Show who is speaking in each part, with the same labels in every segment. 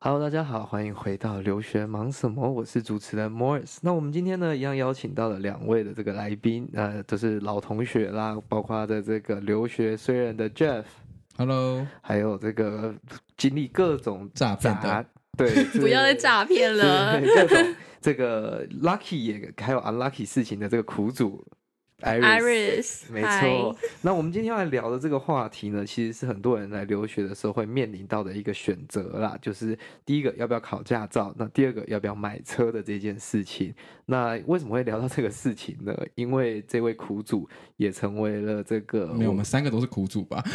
Speaker 1: Hello，大家好，欢迎回到留学忙什么？我是主持人 Morris。那我们今天呢，一样邀请到了两位的这个来宾，呃，都是老同学啦，包括的这个留学虽然的 Jeff，
Speaker 2: Hello，
Speaker 1: 还有这个经历各种
Speaker 2: 诈骗的
Speaker 1: 杂，对，
Speaker 3: 不要再诈骗了
Speaker 1: 对，。各种这个 lucky 也还有 unlucky 事情的这个苦主
Speaker 3: Iris，
Speaker 1: 没
Speaker 3: 嗨
Speaker 1: 错，那我们今天要来聊的这个话题呢，其实是很多人来留学的时候会面临到的一个选择啦，就是第一个要不要考驾照，那第二个要不要买车的这件事情。那为什么会聊到这个事情呢？因为这位苦主也成为了这个
Speaker 2: 没有，我们三个都是苦主吧？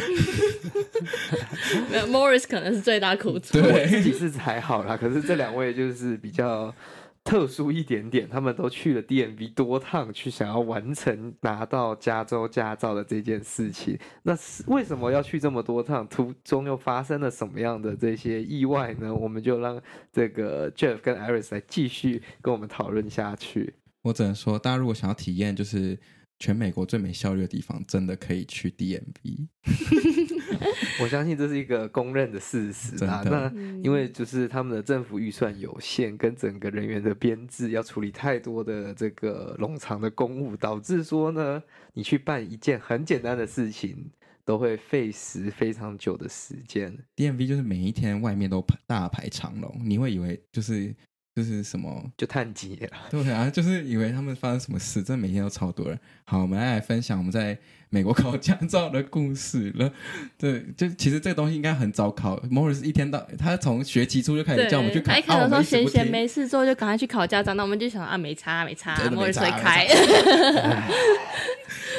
Speaker 3: 没有 Morris 可能是最大苦主。
Speaker 1: 我自
Speaker 2: 对，
Speaker 1: 己是还好啦，可是这两位就是比较特殊一点点，他们都去了 DMV 多趟，去想要完成拿到加州驾照的这件事情。那是为什么要去这么多趟？途中又发生了什么样的这些意外呢？我们就让这个 Jeff 跟 Iris 来继续跟我们讨论下去。
Speaker 2: 我只能说，大家如果想要体验就是全美国最没效率的地方，真的可以去 DMV。
Speaker 1: 我相信这是一个公认的事实啊。
Speaker 2: 真
Speaker 1: 那
Speaker 2: 的
Speaker 1: 因为就是他们的政府预算有限，跟整个人员的编制要处理太多的这个冗长的公务，导致说呢，你去办一件很简单的事情，都会费时非常久的时间。
Speaker 2: DMV 就是每一天外面都排大排长龙，你会以为就是就是什么
Speaker 1: 就叹气了，
Speaker 2: 对啊， 就是以为他们发生什么事，真的每天都超多人。好，我们来分享我们在美国考驾照的故事了。 对，就其实这个东西应该很早考，Morris 一天到他从学期初就开始
Speaker 3: 对，
Speaker 2: 叫我们去考，
Speaker 3: 哎，可
Speaker 2: 啊
Speaker 3: 能
Speaker 2: 我
Speaker 3: 说
Speaker 2: 们一直
Speaker 3: 闲
Speaker 2: 不
Speaker 3: 闲
Speaker 2: 听
Speaker 3: 没事做就赶快去考驾照，那我们就想啊，没差没差
Speaker 2: 真的没
Speaker 3: ，Morris
Speaker 2: 差
Speaker 3: 会开。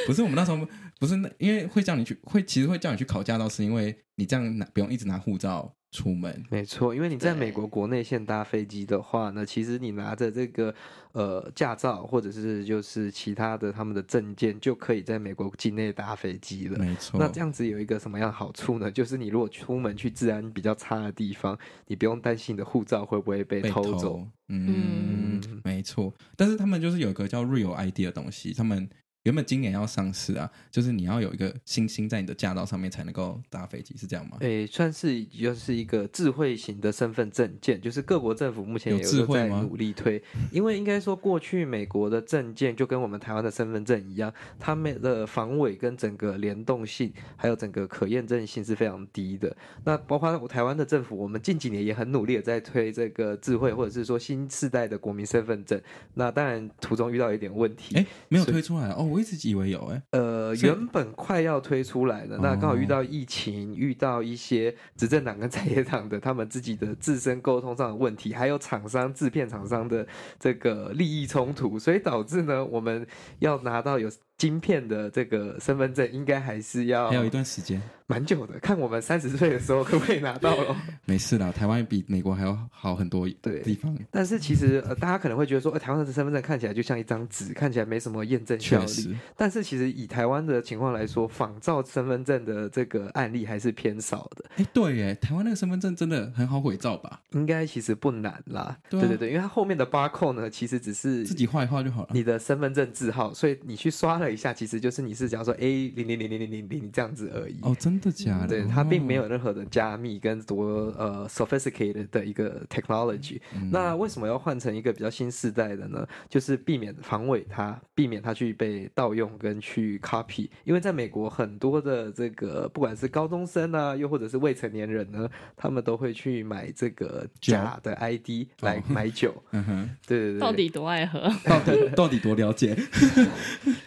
Speaker 2: 不是我们那时候不是那，因为会叫你去，会其实会叫你去考驾照，是因为你这样拿不用一直拿护照出门。
Speaker 1: 没错，因为你在
Speaker 3: 对
Speaker 1: 美国国内线搭飞机的话呢，其实你拿着这个呃驾照，或者是就是其他的他们的证件，就可以在美国境内搭飞机了。
Speaker 2: 没错，
Speaker 1: 那这样子有一个什么样的好处呢？就是你如果出门去治安比较差的地方，你不用担心你的护照会不会被
Speaker 2: 被
Speaker 1: 偷走。
Speaker 2: 嗯，
Speaker 1: 嗯
Speaker 2: 没错。但是他们就是有一个叫 Real ID 的东西，他们原本今年要上市啊，就是你要有一个星星在你的驾照上面才能够搭飞机，是这样吗？
Speaker 1: 诶、算是就是一个智慧型的身份证件，就是各国政府目前
Speaker 2: 有
Speaker 1: 也
Speaker 2: 智
Speaker 1: 都
Speaker 2: 慧
Speaker 1: 在
Speaker 2: 吗
Speaker 1: 努力推，因为应该说过去美国的证件就跟我们台湾的身份证一样，他们的防伪跟整个联动性，还有整个可验证性是非常低的。那包括台湾的政府，我们近几年也很努力的在推这个智慧或者是说新世代的国民身份证。那当然途中遇到一点问题，
Speaker 2: 哎，没有
Speaker 1: 所以
Speaker 2: 推出来哦，我一直以为有哎。
Speaker 1: 呃，
Speaker 2: 所以哦
Speaker 1: 原本快要推出来的，那刚好遇到疫情，遇到一些执政党跟在野党的他们自己的自身沟通上的问题，还有厂商制片厂商的这个利益冲突，所以导致呢，我们要拿到有晶片的这个身份证，应该还是要
Speaker 2: 还有一段时间，
Speaker 1: 蛮久的，看我们三十岁的时候可不可以拿到 咯。
Speaker 2: 没事啦，台湾比美国还要好很多
Speaker 1: 对
Speaker 2: 地方，
Speaker 1: 但是其实呃，大家可能会觉得说，呃台湾的身份证看起来就像一张纸，看起来没什么验证效
Speaker 2: 确
Speaker 1: 力。
Speaker 2: 实，
Speaker 1: 但是其实以台湾的情况来说，仿照身份证的这个案例还是偏少的，
Speaker 2: 哎，对耶，台湾那个身份证真的很好伪造吧？
Speaker 1: 应该其实不难啦。
Speaker 2: 对啊
Speaker 1: 对对对，因为它后面的 barcode 呢，其实只是
Speaker 2: 自己画一画就好了。
Speaker 1: 你的身份证字号，所以你去刷了一下，其实就是你是假如说 A 零零零零零零零这样子而已。
Speaker 2: 哦，真的假的？
Speaker 1: 对，它并没
Speaker 2: 哦。
Speaker 1: 有任何的加密跟多呃 sophisticated 的一个 technology。
Speaker 2: 嗯
Speaker 1: 那为什么要换成一个比较新世代的呢？就是避免防伪它，避免它去被盗用跟去 copy。因为在美国，很多的这个不管是高中生啊，又或者是未成年人呢，他们都会去买这个
Speaker 2: 酒
Speaker 1: 假的 ID 来
Speaker 2: 哦
Speaker 1: 买酒。
Speaker 2: 嗯哼，
Speaker 1: 对对对，
Speaker 3: 到底多爱喝？
Speaker 2: 到底到底多了解？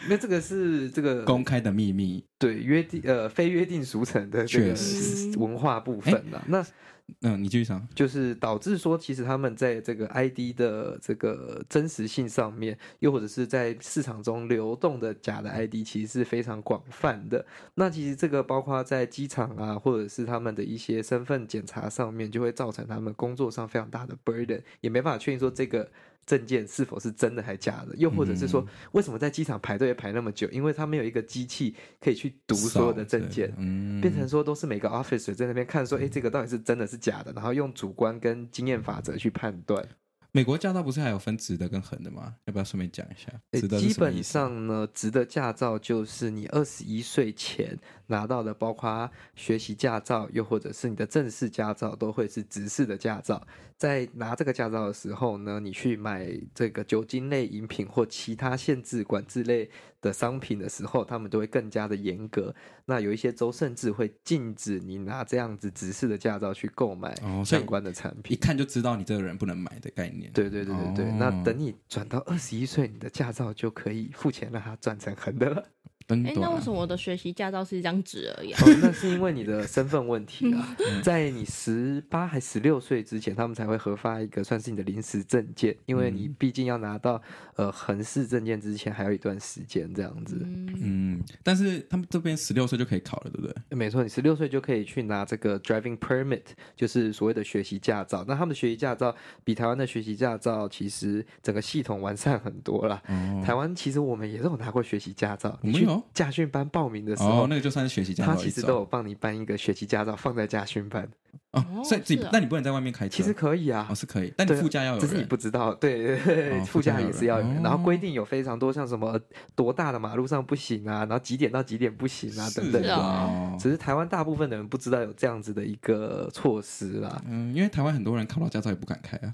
Speaker 1: 那这个是这个
Speaker 2: 公开的秘密。
Speaker 1: 对约定呃非约定俗成的这
Speaker 2: 确
Speaker 1: 个
Speaker 3: 实
Speaker 1: 文化部分啦。那
Speaker 2: 嗯，你继续讲。
Speaker 1: 就是导致说，其实他们在这个 ID 的这个真实性上面，又或者是在市场中流动的假的 ID，其实是非常广泛的。那其实这个包括在机场啊，或者是他们的一些身份检查上面，就会造成他们工作上非常大的 burden，也没办法确定说这个。证件是否是真的还假的？又或者是说
Speaker 2: 嗯，
Speaker 1: 为什么在机场排队排那么久？因为他没有一个机器可以去读所有的证件
Speaker 2: 少，嗯，
Speaker 1: 变成说都是每个 officer 在那边看说，哎、这个到底是真的是假的，然后用主观跟经验法则去判断。
Speaker 2: 美国驾照不是还有分直的跟横的吗？要不要顺便讲一下？
Speaker 1: 诶
Speaker 2: 直的是
Speaker 1: 基
Speaker 2: 什么意
Speaker 1: 本
Speaker 2: 思
Speaker 1: 上呢，值的驾照就是你二十一岁前拿到的，包括学习驾照，又或者是你的正式驾照，都会是直式的驾照。在拿这个驾照的时候呢，你去买这个酒精类饮品或其他限制管制类的商品的时候，他们都会更加的严格。那有一些州甚至会禁止你拿这样子直式的驾照去购买
Speaker 2: 哦所以
Speaker 1: 相关的产
Speaker 2: 一
Speaker 1: 品。
Speaker 2: 看就知道你这个人不能买的概念。
Speaker 1: 对对对对对，那
Speaker 2: 哦
Speaker 1: 等你转到二十一岁，你的驾照就可以付钱让它转成横的了。
Speaker 2: 登
Speaker 3: 哎、
Speaker 2: 短
Speaker 3: 那
Speaker 2: 啊
Speaker 3: 为什么我的学习驾照是一张纸而已、啊？
Speaker 1: 哦，那是因为你的身份问题啊，在你十八还十六岁之前，他们才会核发一个算是你的临时证件，因为你毕竟要拿到呃横式证件之前还有一段时间这样子。
Speaker 2: 嗯，但是他们这边十六岁就可以考了，对不对？
Speaker 1: 呃没错，你十六岁就可以去拿这个 driving permit，就是所谓的学习驾照。那他们的学习驾照比台湾的学习驾照其实整个系统完善很多啦。
Speaker 2: 哦
Speaker 1: 台湾其实我们也都有拿过学习驾照，
Speaker 2: 我
Speaker 1: 你
Speaker 2: 们
Speaker 1: 去
Speaker 2: 有
Speaker 1: 驾训班报名的时候，
Speaker 2: 哦，那个就算是学习驾照
Speaker 1: 他
Speaker 2: 的一种。
Speaker 1: 其实都有帮你办一个学习驾照放在驾训班。
Speaker 2: 哦，所以自己
Speaker 3: 哦是啊
Speaker 2: 那你不能在外面开车。
Speaker 1: 其实可以啊，
Speaker 2: 哦是可以，但你
Speaker 1: 对啊
Speaker 2: 副驾要有
Speaker 1: 只是你
Speaker 2: 人
Speaker 1: 不。知道，对对对，
Speaker 2: 哦
Speaker 1: 副驾也是要有
Speaker 2: 副驾要有
Speaker 1: 人。
Speaker 2: 人
Speaker 1: 然后规定有非常多，像什么呃多大的马路上不行啊，然后几点到几点不行啊，等等
Speaker 3: 是
Speaker 1: 的。
Speaker 2: 啊
Speaker 1: 只是台湾大部分的人不知道有这样子的一个措施啦。
Speaker 2: 嗯，因为台湾很多人考到驾照也不敢开啊，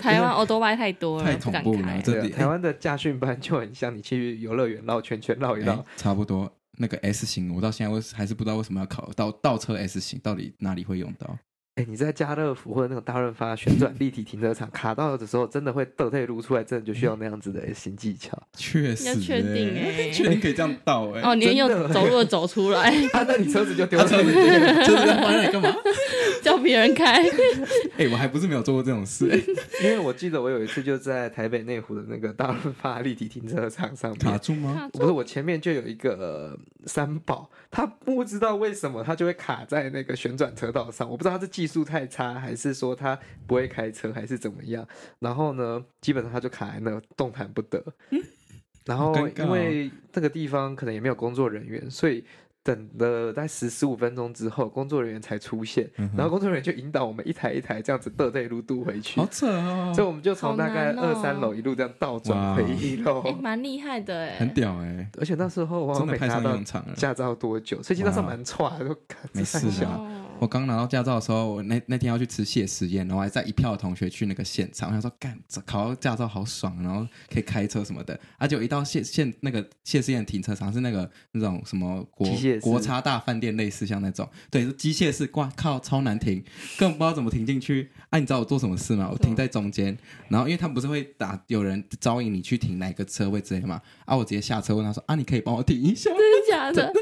Speaker 3: 台湾 o d o b i 太多了，
Speaker 2: 太
Speaker 3: 不
Speaker 2: 恐
Speaker 3: 敢
Speaker 2: 怖
Speaker 3: 开
Speaker 2: 了，。
Speaker 1: 对
Speaker 2: 这
Speaker 1: 啊，
Speaker 2: 里
Speaker 1: 台湾的驾训班就很像你去游乐园绕圈圈绕一
Speaker 2: 哎
Speaker 1: 绕
Speaker 2: 哎，差不多。那个 S 型，我到现在为还是不知道为什么要考倒倒车 S 型，到底哪里会用到？
Speaker 1: 哎、你在家乐福或者那种大润发旋转立体停车场卡到的时候，真的会倒退撸出来，真的就需要那样子的新技巧。
Speaker 2: 确实、
Speaker 3: 要确定 哎
Speaker 2: 确定可以这样倒哎、
Speaker 3: 哦，你
Speaker 1: 真
Speaker 3: 用
Speaker 1: 的
Speaker 3: 走路的走出来，
Speaker 1: 啊，那你车子就丢
Speaker 2: 他
Speaker 1: 了。
Speaker 2: 车子车子在放在那里干嘛？
Speaker 3: 叫别人开。
Speaker 2: 哎、我还不是没有做过这 种事、哎
Speaker 1: 因为我记得我有一次就在台北内湖的那个大润发立体停车场上
Speaker 2: 卡
Speaker 1: 面，
Speaker 2: 住吗？
Speaker 1: 不是我前面就有一个、呃三宝，它不知道为什么它就会卡在那个旋转车道上，我不知道它是技术太差，还是说它不会开车，还是怎么样。然后呢，基本上它就卡在那，动弹不得。
Speaker 3: 嗯
Speaker 1: 然后
Speaker 2: 好尴尬哦
Speaker 1: 因为那个地方可能也没有工作人员，所以。等了大概十十五分钟之后，工作人员才出现，
Speaker 2: 嗯
Speaker 1: 然后工作人员就引导我们一台一台这样子倒退路渡回去。
Speaker 2: 好扯哦
Speaker 1: 所，以我们就从大概
Speaker 3: 好难
Speaker 1: 二
Speaker 3: 哦
Speaker 1: 三楼一路这样倒转回一楼
Speaker 3: 哎、。蛮厉害的哎、
Speaker 2: 很屌哎、
Speaker 1: 而且那时候我好像
Speaker 2: 真的
Speaker 1: 没
Speaker 2: 派
Speaker 1: 拿
Speaker 2: 上
Speaker 1: 到
Speaker 2: 用场了。
Speaker 1: 驾照多久，所以其实那时候蛮差的，就看
Speaker 2: 嗯没事
Speaker 1: 想
Speaker 2: 啊
Speaker 3: 哦
Speaker 2: 我刚拿到驾照的时候，我那那天要去吃蟹实验，然后还在一票的同学去那个现场，我想说干这考到驾照好爽，然后可以开车什么的。而且我一到蟹现那个蟹实验停车场是那个那种什么国
Speaker 1: 机械式
Speaker 2: 国差大饭店类似像那种，对，是机械式，哇靠，超难停，更不知道怎么停进去。哎、你知道我做什么事吗？我停在中间，然后因为他们不是会打有人招引你去停哪个车位之类的嘛，啊，我直接下车问他说啊，你可以帮我停一下吗？
Speaker 3: 真的 假的？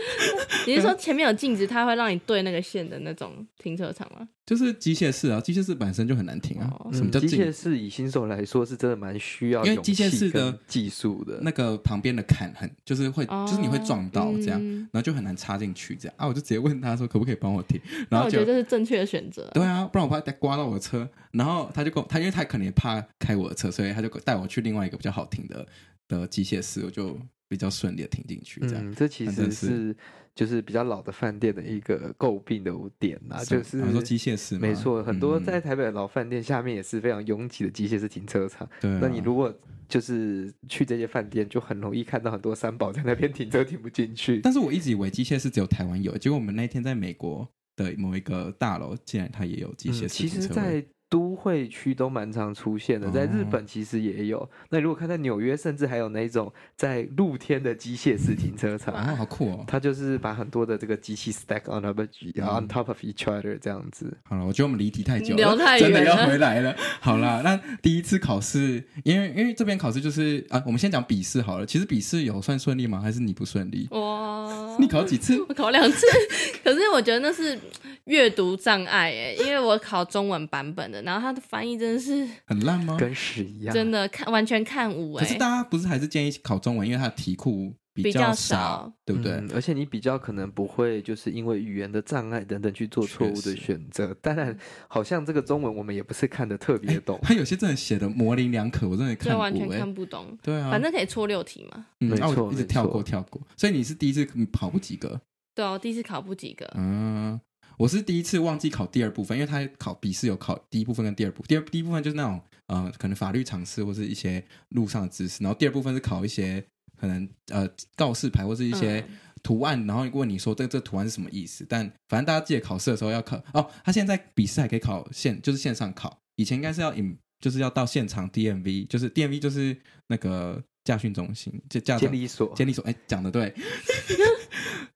Speaker 3: 你是说前面有镜子，它会让你对那个线的那种停车场吗？
Speaker 2: 就是机械式啊，机械式本身就很难停啊，
Speaker 3: 哦
Speaker 2: 什么叫
Speaker 1: 机
Speaker 2: 进
Speaker 1: 械式以新手来说是真的蛮需要
Speaker 2: 因为
Speaker 1: 勇
Speaker 2: 机械
Speaker 1: 气
Speaker 2: 式的
Speaker 1: 跟技术的。
Speaker 2: 那个旁边的坎很，就是会，就是你会撞到这样，
Speaker 3: 哦嗯
Speaker 2: 然后就很难插进去这样啊。我就直接问他说可不可以帮我停，然
Speaker 3: 那
Speaker 2: 后
Speaker 3: 我
Speaker 2: 就
Speaker 3: 觉得这是正确的选择。
Speaker 2: 对啊，不然我怕刮到我的车。然后他就跟我，他因为他可能也怕开我的车，所以他就带我去另外一个比较好停的的机械室，我就比较顺利的停进去这样。
Speaker 1: 嗯，这其
Speaker 2: 反
Speaker 1: 实
Speaker 2: 正是
Speaker 1: 是就是比较老的饭店的一个诟病的点啦，
Speaker 2: 什
Speaker 1: 就
Speaker 2: 么
Speaker 1: 是
Speaker 2: 啊你说机械室吗
Speaker 1: 没错，很多
Speaker 2: 嗯
Speaker 1: 在台北的老饭店下面也是非常拥挤的机械式停车场。
Speaker 2: 对啊
Speaker 1: 那你如果就是去这些饭店，就很容易看到很多三宝在那边停车停不进去。
Speaker 2: 但是我一直以为机械室只有台湾有，结果我们那天在美国的某一个大楼，竟然它也有机械
Speaker 1: 嗯
Speaker 2: 室
Speaker 1: 其
Speaker 2: 停
Speaker 1: 实，
Speaker 2: 车位。
Speaker 1: 在都会区都蛮常出现的，在
Speaker 2: 哦
Speaker 1: 日本其实也有。那如果看在纽约，甚至还有那种在露天的机械式停车场，
Speaker 2: 啊，好酷哦！
Speaker 1: 它就是把很多的这个机器 stack on top of
Speaker 2: 嗯
Speaker 1: on top of each other 这样子。
Speaker 2: 好了，我觉得我们离题太久了，
Speaker 3: 嗯聊太远
Speaker 2: 真的要
Speaker 3: 了
Speaker 2: 回来了。 好啦，那第一次考试，因为因为这边考试就是啊，我们先讲笔试好了。其实笔试有算顺利吗？还是你不顺利？
Speaker 3: 哇，
Speaker 2: 你考几次？
Speaker 3: 我考两次， 可是我觉得那是阅读障碍哎，因为我考中文版本的，然后它的翻译真的是
Speaker 2: 很烂吗？
Speaker 1: 跟屎一样，
Speaker 3: 真的看完全看五
Speaker 2: 可是
Speaker 3: 哎，
Speaker 2: 大家不是还是建议考中文，因为它的题库比
Speaker 3: 比较
Speaker 2: 少
Speaker 3: 少，
Speaker 2: 对不对？
Speaker 1: 嗯而且你比较可能不会就是因为语言的障碍等等去做错误
Speaker 2: 确
Speaker 1: 的
Speaker 2: 实
Speaker 1: 选择。当然，好像这个中文我们也不是看得特别 懂。
Speaker 2: 它哎有些真的写的模棱两可，我真的看
Speaker 3: 就
Speaker 2: 不
Speaker 3: 完全
Speaker 2: 欸
Speaker 3: 看不懂。
Speaker 2: 对啊，
Speaker 3: 反正可以错六题嘛，
Speaker 2: 嗯，
Speaker 1: 没
Speaker 2: 啊我
Speaker 1: 错
Speaker 2: 一直
Speaker 1: 没
Speaker 2: 跳过
Speaker 1: 错
Speaker 2: 跳过，所以你是第一次嗯跑不及格，
Speaker 3: 对啊，我第一次考不及格，
Speaker 2: 嗯，我是第一次忘记考第二部分，因为他考笔试有考第一部分跟第二部分，第二第一部分就是那种呃，可能法律常识或是一些路上的知识，然后第二部分是考一些可能呃告示牌或是一些
Speaker 3: 嗯
Speaker 2: 图案，然后问你说这这图案是什么意思。但反正大家记得考试的时候要考哦，他现在笔试还可以考线，就是线上考，以前应该是要 in 就是要到现场 DMV，就是 DMV 就是那个驾训中心，就驾照
Speaker 1: 监理所，
Speaker 2: 监理所，哎，讲的对，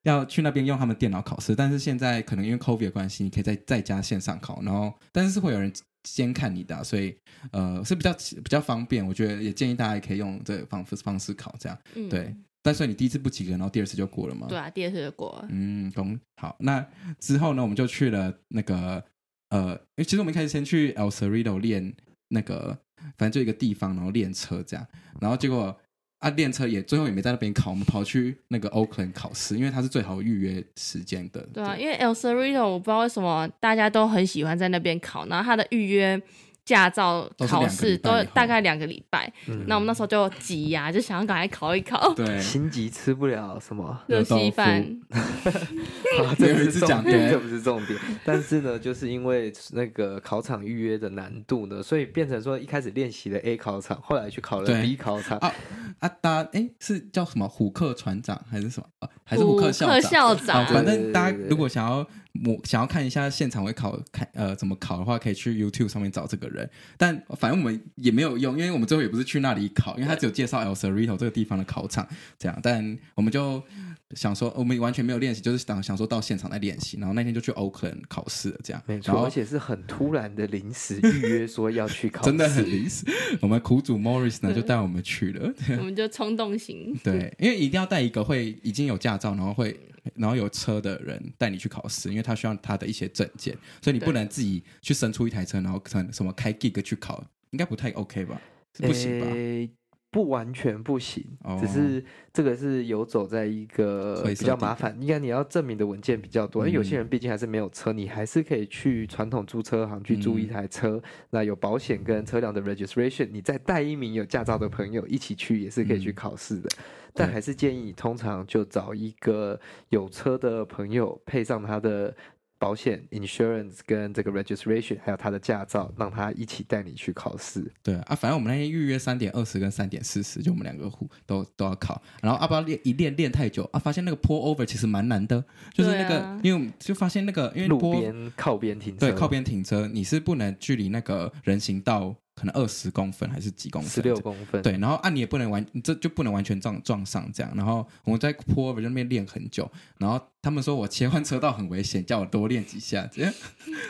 Speaker 2: 要去那边用他们电脑考试，但是现在可能因为 COVID 的关系，你可以在在家线上考，然后但是是会有人监看你的啊、所以呃是比较比较方便，我觉得也建议大家也可以用这个方式方式考这样，
Speaker 3: 嗯，
Speaker 2: 对。但所以你第一次不及格，然后第二次就过了吗？
Speaker 3: 对啊，第二次就过了，
Speaker 2: 嗯，懂。好，那之后呢，我们就去了那个呃，因为其实我们一开始先去 El Cerrito 练那个，反正就一个地方，然后练车这样，然后结果啊练车也最后也没在那边考，我们跑去那个 Oakland 考试，因为它是最好预约时间的。
Speaker 3: 对啊，因为 El Cerrito 我不知道为什么大家都很喜欢在那边考，然后他的预约驾照
Speaker 2: 都是
Speaker 3: 考
Speaker 2: 两个礼
Speaker 3: 试
Speaker 2: 拜
Speaker 3: 都
Speaker 2: 以后
Speaker 3: 大概两个礼拜，
Speaker 1: 嗯
Speaker 3: 那我们那时候就急呀、就想要赶快考一考
Speaker 2: 对，
Speaker 1: 心急吃不了什么，
Speaker 3: 热
Speaker 2: 豆
Speaker 3: 稀
Speaker 2: 腐
Speaker 3: 饭，
Speaker 1: 啊，这
Speaker 2: 没有
Speaker 1: 不
Speaker 2: 一
Speaker 1: 是
Speaker 2: 次
Speaker 1: 重
Speaker 2: 讲
Speaker 1: 点，
Speaker 2: 对
Speaker 1: 这不是重点。但是呢，就是因为那个考场预约的难度呢，所以变成说一开始练习了 A 考场，后来去考了
Speaker 2: 对
Speaker 1: B 考场。
Speaker 2: 啊啊，大家哎是叫什么虎克船长还是什么？啊、还是虎克校
Speaker 3: 虎克
Speaker 2: 长？
Speaker 3: 校
Speaker 2: 啊，
Speaker 3: 长
Speaker 2: 反
Speaker 1: 对
Speaker 2: 正
Speaker 1: 对
Speaker 2: 大家
Speaker 1: 对对
Speaker 2: 如果想要我想要看一下现场会考看呃怎么考的话，可以去 YouTube 上面找这个人。但反正我们也没有用，因为我们最后也不是去那里考，因为他只有介绍 El Cerrito 这个地方的考场这样。但我们就想说，我们完全没有练习，就是想想说到现场再练习。然后那天就去 Oakland 考试了这样，
Speaker 1: 没
Speaker 2: 然
Speaker 1: 错，
Speaker 2: 后
Speaker 1: 而且是很突然的临时预约说要去考试，
Speaker 2: 真的很临时。我们苦主 Morris 呢就带我们去了，
Speaker 3: 我们就冲动型，
Speaker 2: 对，因为一定要带一个会已经有驾照，然后会然后有车的人带你去考试，因为他需要他的一些证件，所以你不
Speaker 3: 对
Speaker 2: 能自己去生出一台车，然后可能什么开 gig 去考，应该不太 OK 吧？是不行吧？
Speaker 1: 诶不完全不行，
Speaker 2: 哦
Speaker 1: 只是这个是游走在一个
Speaker 2: 灰
Speaker 1: 比
Speaker 2: 色
Speaker 1: 较
Speaker 2: 地带嗯
Speaker 1: 麻烦，应该你要证明的文件比较多，因为有些人毕竟还是没有车，你还是可以去传统租车行去租一
Speaker 2: 嗯
Speaker 1: 台车，那有保险跟车辆的 registration，你再带一名有驾照的朋友一起去也是可以去
Speaker 2: 嗯
Speaker 1: 考试的，但
Speaker 2: 对
Speaker 1: 还是建议你通常就找一个有车的朋友配上他的。保险 insurance 跟这个 registration，还有他的驾照，让他一起带你去考试。
Speaker 2: 对啊，反正我们那天预约三点二十跟三点四十，就我们两个互都都要考。然后阿巴练一练练太久啊，发现那个 pull over 其实蛮难的，就是那个，
Speaker 3: 对啊
Speaker 2: 因为我们就发现那个因为
Speaker 1: 路
Speaker 2: pull-
Speaker 1: 边靠边停车，
Speaker 2: 对靠边停车，你是不能距离那个人行道可能二十公分还是几公分
Speaker 1: 十
Speaker 2: 这样
Speaker 1: 六公分，
Speaker 2: 对，然后啊，你也不能完，你这就不能完全撞撞上这样。然后我们在 p 那边练很久，然后他们说我切换车道很危险，叫我多练几下。 这样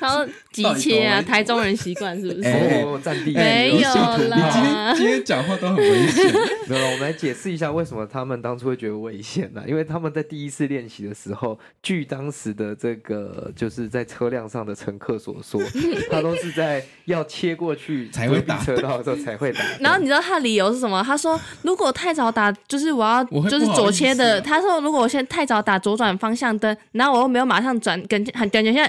Speaker 3: 然后急切啊，台中人习惯是不是？
Speaker 2: 哎
Speaker 1: 哦，占地
Speaker 3: 没有
Speaker 1: 信徒
Speaker 2: 你今
Speaker 3: 啦
Speaker 2: 天今天讲话都很危 险。
Speaker 1: 没有了。我们来解释一下为什么他们当初会觉得危险呢、因为他们在第一次练习的时候，据当时的这个就是在车辆上的乘客所说，他都是在要切过去
Speaker 2: 才会
Speaker 1: 规避
Speaker 2: 打
Speaker 1: 车道的时候才会打。
Speaker 3: 然后你知道他的理由是什么？他说如果太早打，就是我要
Speaker 2: 我会
Speaker 3: 就是
Speaker 2: 不好
Speaker 3: 左切
Speaker 2: 意
Speaker 3: 的。
Speaker 2: 思
Speaker 3: 他说如果我现在太早打左转方向灯，然后我又没有马上转，感觉很感觉像。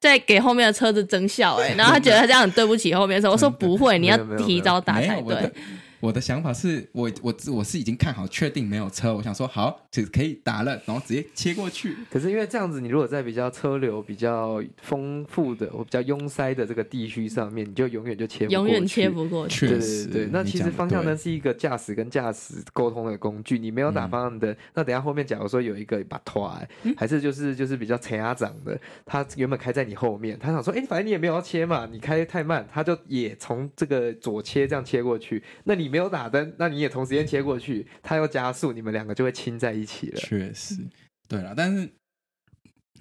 Speaker 3: 在给后面的车子争笑哎、然后他觉得他这样很对不起后面的车。我说不会，你要
Speaker 1: 没有没有
Speaker 3: 提早打
Speaker 2: 没
Speaker 3: 才
Speaker 2: 有，我
Speaker 3: 对
Speaker 2: 的。我的想法是我我我是已经看好确定没有车，我想说好，只可以打了，然后直接切过去。
Speaker 1: 可是因为这样子，你如果在比较车流比较丰富的或比较拥塞的这个地区上面，你就永远就切不
Speaker 3: 永远
Speaker 1: 过去
Speaker 3: 切不过去。
Speaker 1: 对
Speaker 2: 确
Speaker 1: 对
Speaker 2: 实，
Speaker 1: 对，那
Speaker 2: 你
Speaker 1: 其
Speaker 2: 讲
Speaker 1: 实
Speaker 2: 得
Speaker 1: 方向
Speaker 2: 对
Speaker 1: 灯是一个驾驶跟驾驶沟通的工具，你没有打方向灯，那等一下后面假如说有一个把团，还
Speaker 2: 嗯
Speaker 1: 是就是就是比较前压长的，他原本开在你后面，他想说，哎，反正你也没有要切嘛，你开太慢，他哦就也从这个左切这样切过去，那你没有打灯，那你也同时间切过去，他又加速，你们两个就会亲在一起了。
Speaker 2: 确实，对了，但是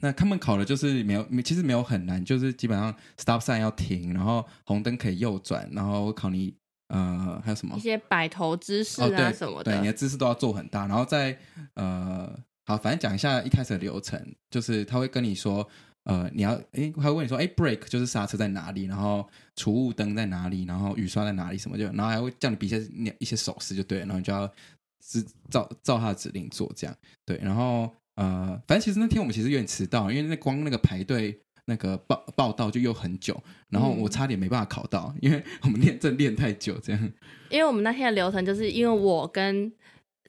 Speaker 2: 那他们考的就是没有，其实没有很难，就是基本上 stop sign 要停，然后红灯可以右转，然后考你呃还有什么
Speaker 3: 一些摆头姿势
Speaker 2: 哦，
Speaker 3: 啊
Speaker 2: 对
Speaker 3: 什么
Speaker 2: 对，你的
Speaker 3: 的，
Speaker 2: 姿势都要做很大，然后再呃，好，反正讲一下一开始的流程，就是他会跟你说，呃，你要，诶，他会问你说，诶 b r a k 就是刹车在哪里，然后储物灯在哪里，然后雨刷在哪里，什么就，然后还会叫你比一些你一些手势就对了，然后你就要是照照他的指令做这样，对，然后呃，反正其实那天我们其实有点迟到，因为那光那个排队。那个报报道就又很久，然后我
Speaker 3: 嗯
Speaker 2: 差点没办法考到，因为我们练这练太久，这样
Speaker 3: 因为我们那天的流程就是因为我跟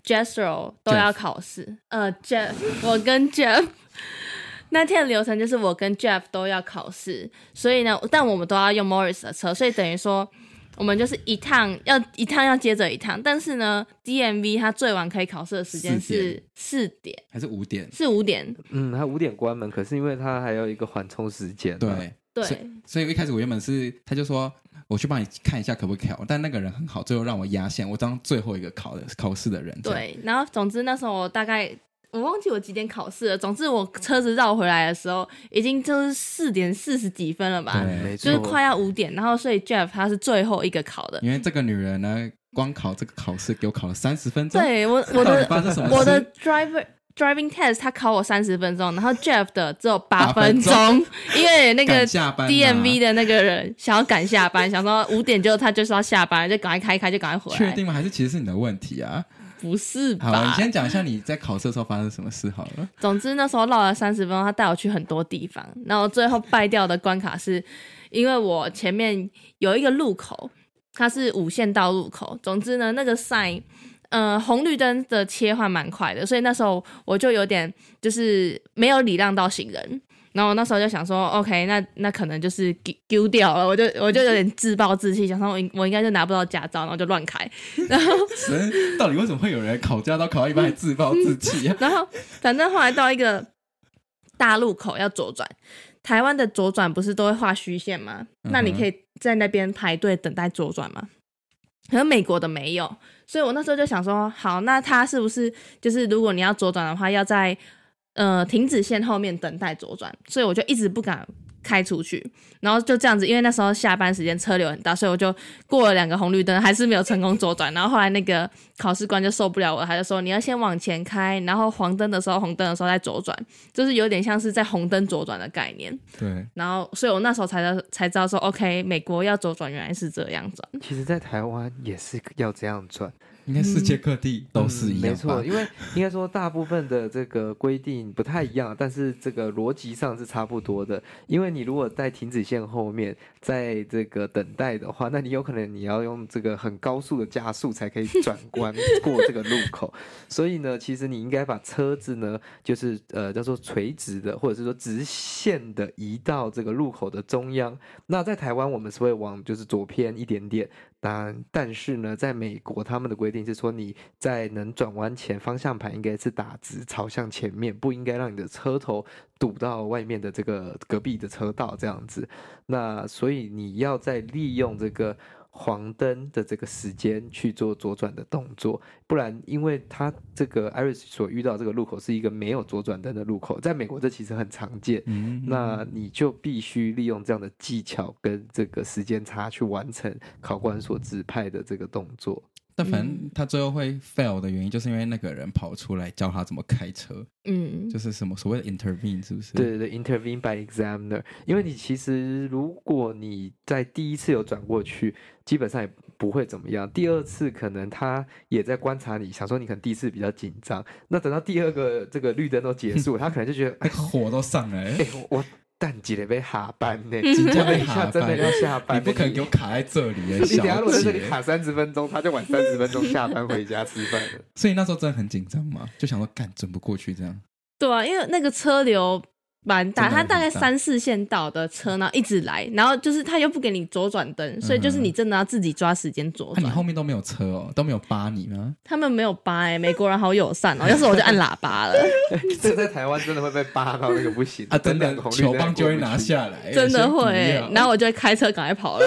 Speaker 3: Jethro 都要
Speaker 2: Jeff
Speaker 3: 考试，呃，Jeff，我跟 Jeff 那天的流程就是我跟 Jeff 都要考试，所以呢，但我们都要用 Morris 的车，所以等于说我们就是一趟要一趟要接着一趟，但是呢，DMV 它最晚可以考试的时间是四点，
Speaker 2: 还是五点，
Speaker 3: 是五点，
Speaker 1: 嗯，他五点关门，可是因为他还有一个缓冲时间、
Speaker 2: 对，，所
Speaker 3: 对
Speaker 2: 以，所以一开始我原本是，他就说我去帮你看一下可不可以考，但那个人很好，最后让我压线，我当最后一个考的考试的人。这样，
Speaker 3: 对，然后总之那时候我大概我忘记我几点考试了，总之我车子绕回来的时候已经就是四点四十几分了吧，
Speaker 2: 对
Speaker 1: 嗯没错，
Speaker 3: 就是快要五点，然后所以 Jeff 他是最后一个考的，
Speaker 2: 因为这个女人呢，光考这个考试给我考了三十分钟，
Speaker 3: 对我 我
Speaker 2: 到底
Speaker 3: 的
Speaker 2: 发生什么事？
Speaker 3: 我的 driver。Driving test 他考我三十分钟，然后 Jeff 的只有八
Speaker 2: 8分
Speaker 3: 分钟， 因为那个
Speaker 2: 赶下班啊
Speaker 3: DMV 的那个人想要赶下班，想说五点就他就是要下班，就赶快开一开，就赶快回来。
Speaker 2: 确定吗？还是其实是你的问题啊？
Speaker 3: 不是吧？
Speaker 2: 好，你先讲一下你在考试的时候发生什么事好 了。
Speaker 3: 总之那时候绕了三十分钟，他带我去很多地方，然后最后败掉的关卡是，因为我前面有一个路口，它是五线道路口。总之呢，那个 sign，呃，红绿灯的切换蛮快的，所以那时候我就有点就是没有礼让到行人。然后我那时候就想说，OK，那那可能就是丢丢掉了，我就我就有点自暴自弃，想说我应我应该就拿不到驾照，然后就乱开。
Speaker 2: 神，嗯到底为什么会有人考驾照考到一半还自暴自弃啊？
Speaker 3: 然后反正后来到一个大路口要左转，台湾的左转不是都会画虚线吗？那你
Speaker 2: 嗯哼
Speaker 3: 可以在那边排队等待左转吗？可是美国的没有，所以我那时候就想说，好，那他是不是就是如果你要左转的话，要在呃停止线后面等待左转？所以我就一直不敢开出去，然后就这样子，因为那时候下班时间车流很大，所以我就过了两个红绿灯，还是没有成功左转。然后后来那个考试官就受不了我，他就说你要先往前开，然后黄灯的时候红灯的时候再左转，就是有点像是在红灯左转的概念。
Speaker 2: 对，
Speaker 3: 然后，所以我那时候才知道才知道说，OK，美国要左转原来是这样转。
Speaker 1: 其实，在台湾也是要这样转。
Speaker 2: 应该世界各地都是
Speaker 1: 嗯
Speaker 2: 一样
Speaker 1: 没
Speaker 2: 吧
Speaker 1: 错，因为应该说大部分的这个规定不太一样，但是这个逻辑上是差不多的。因为你如果在停止线后面，在这个等待的话，那你有可能你要用这个很高速的加速才可以转 弯过这个路口。所以呢，其实你应该把车子呢，就是呃叫做垂直的，或者是说直线的移到这个路口的中央。那在台湾，我们是会往就是左偏一点点，但但是呢，在美国他们的规定是说，你在能转弯前，方向盘应该是打直朝向前面，不应该让你的车头堵到外面的这个隔壁的车道这样子。那所以你要在利用这个黄灯的这个时间去做左转的动作，不然因为它这个 Iris 所遇到这个路口是一个没有左转灯的路口，在美国这其实很常见。
Speaker 2: 嗯，
Speaker 1: 那你就必须利用这样的技巧跟这个时间差去完成考官所指派的这个动作。
Speaker 2: 但反
Speaker 1: 嗯
Speaker 2: 正他最后会 fail 的原因，就是因为那个人跑出来教他怎么开车，
Speaker 3: 嗯，
Speaker 2: 就是什么所谓的 intervene，是不是？
Speaker 1: 对对对，intervene by examiner，因为你其实如果你在第一次有转过去，基本上也不会怎么样。第二次可能他也在观察你，想说你可能第一次比较紧 张，那等到第二个这个绿灯都结束，他可能就觉得，
Speaker 2: 那
Speaker 1: 哎
Speaker 2: 个火都上来了
Speaker 1: 哎、，我但几得被下班 呢，
Speaker 2: 真
Speaker 1: 真
Speaker 2: 正
Speaker 1: 的
Speaker 2: 被
Speaker 1: 一
Speaker 2: 下
Speaker 1: 下
Speaker 2: 班
Speaker 1: 真的要下班
Speaker 2: 你
Speaker 1: 呢，
Speaker 2: 不可能给我卡在这里耶，
Speaker 1: 哎 你
Speaker 2: 小
Speaker 1: 等一下如果在这里
Speaker 2: 姐。
Speaker 1: 卡三十分钟，他就晚三十分钟下班回家吃饭 了。
Speaker 2: 所以那时候真的很紧张嘛，就想说干准不过去这样。
Speaker 3: 对啊，因为那个车流蛮大，
Speaker 2: 真的
Speaker 3: 它
Speaker 2: 很
Speaker 3: 大概
Speaker 2: 大
Speaker 3: 三四线道的车，然后一直来，然后就是它又不给你左转灯，所以就是你真的要自己抓时间左
Speaker 2: 那、
Speaker 3: 转。
Speaker 2: 啊你后面都没有车哦，都没有扒你吗？
Speaker 3: 他们没有扒哎、美国人好友 善哦、要是我就按喇叭了，
Speaker 1: 这在台湾真的会被扒到那个不行
Speaker 2: 啊，真
Speaker 1: 等两
Speaker 2: 的
Speaker 1: 个红绿灯
Speaker 2: 球棒就会
Speaker 1: 过不
Speaker 2: 拿
Speaker 1: 去。
Speaker 2: 下来，
Speaker 3: 真的会、
Speaker 2: 先
Speaker 3: 欸
Speaker 2: 不要。
Speaker 3: 然后我就会开车赶快跑了，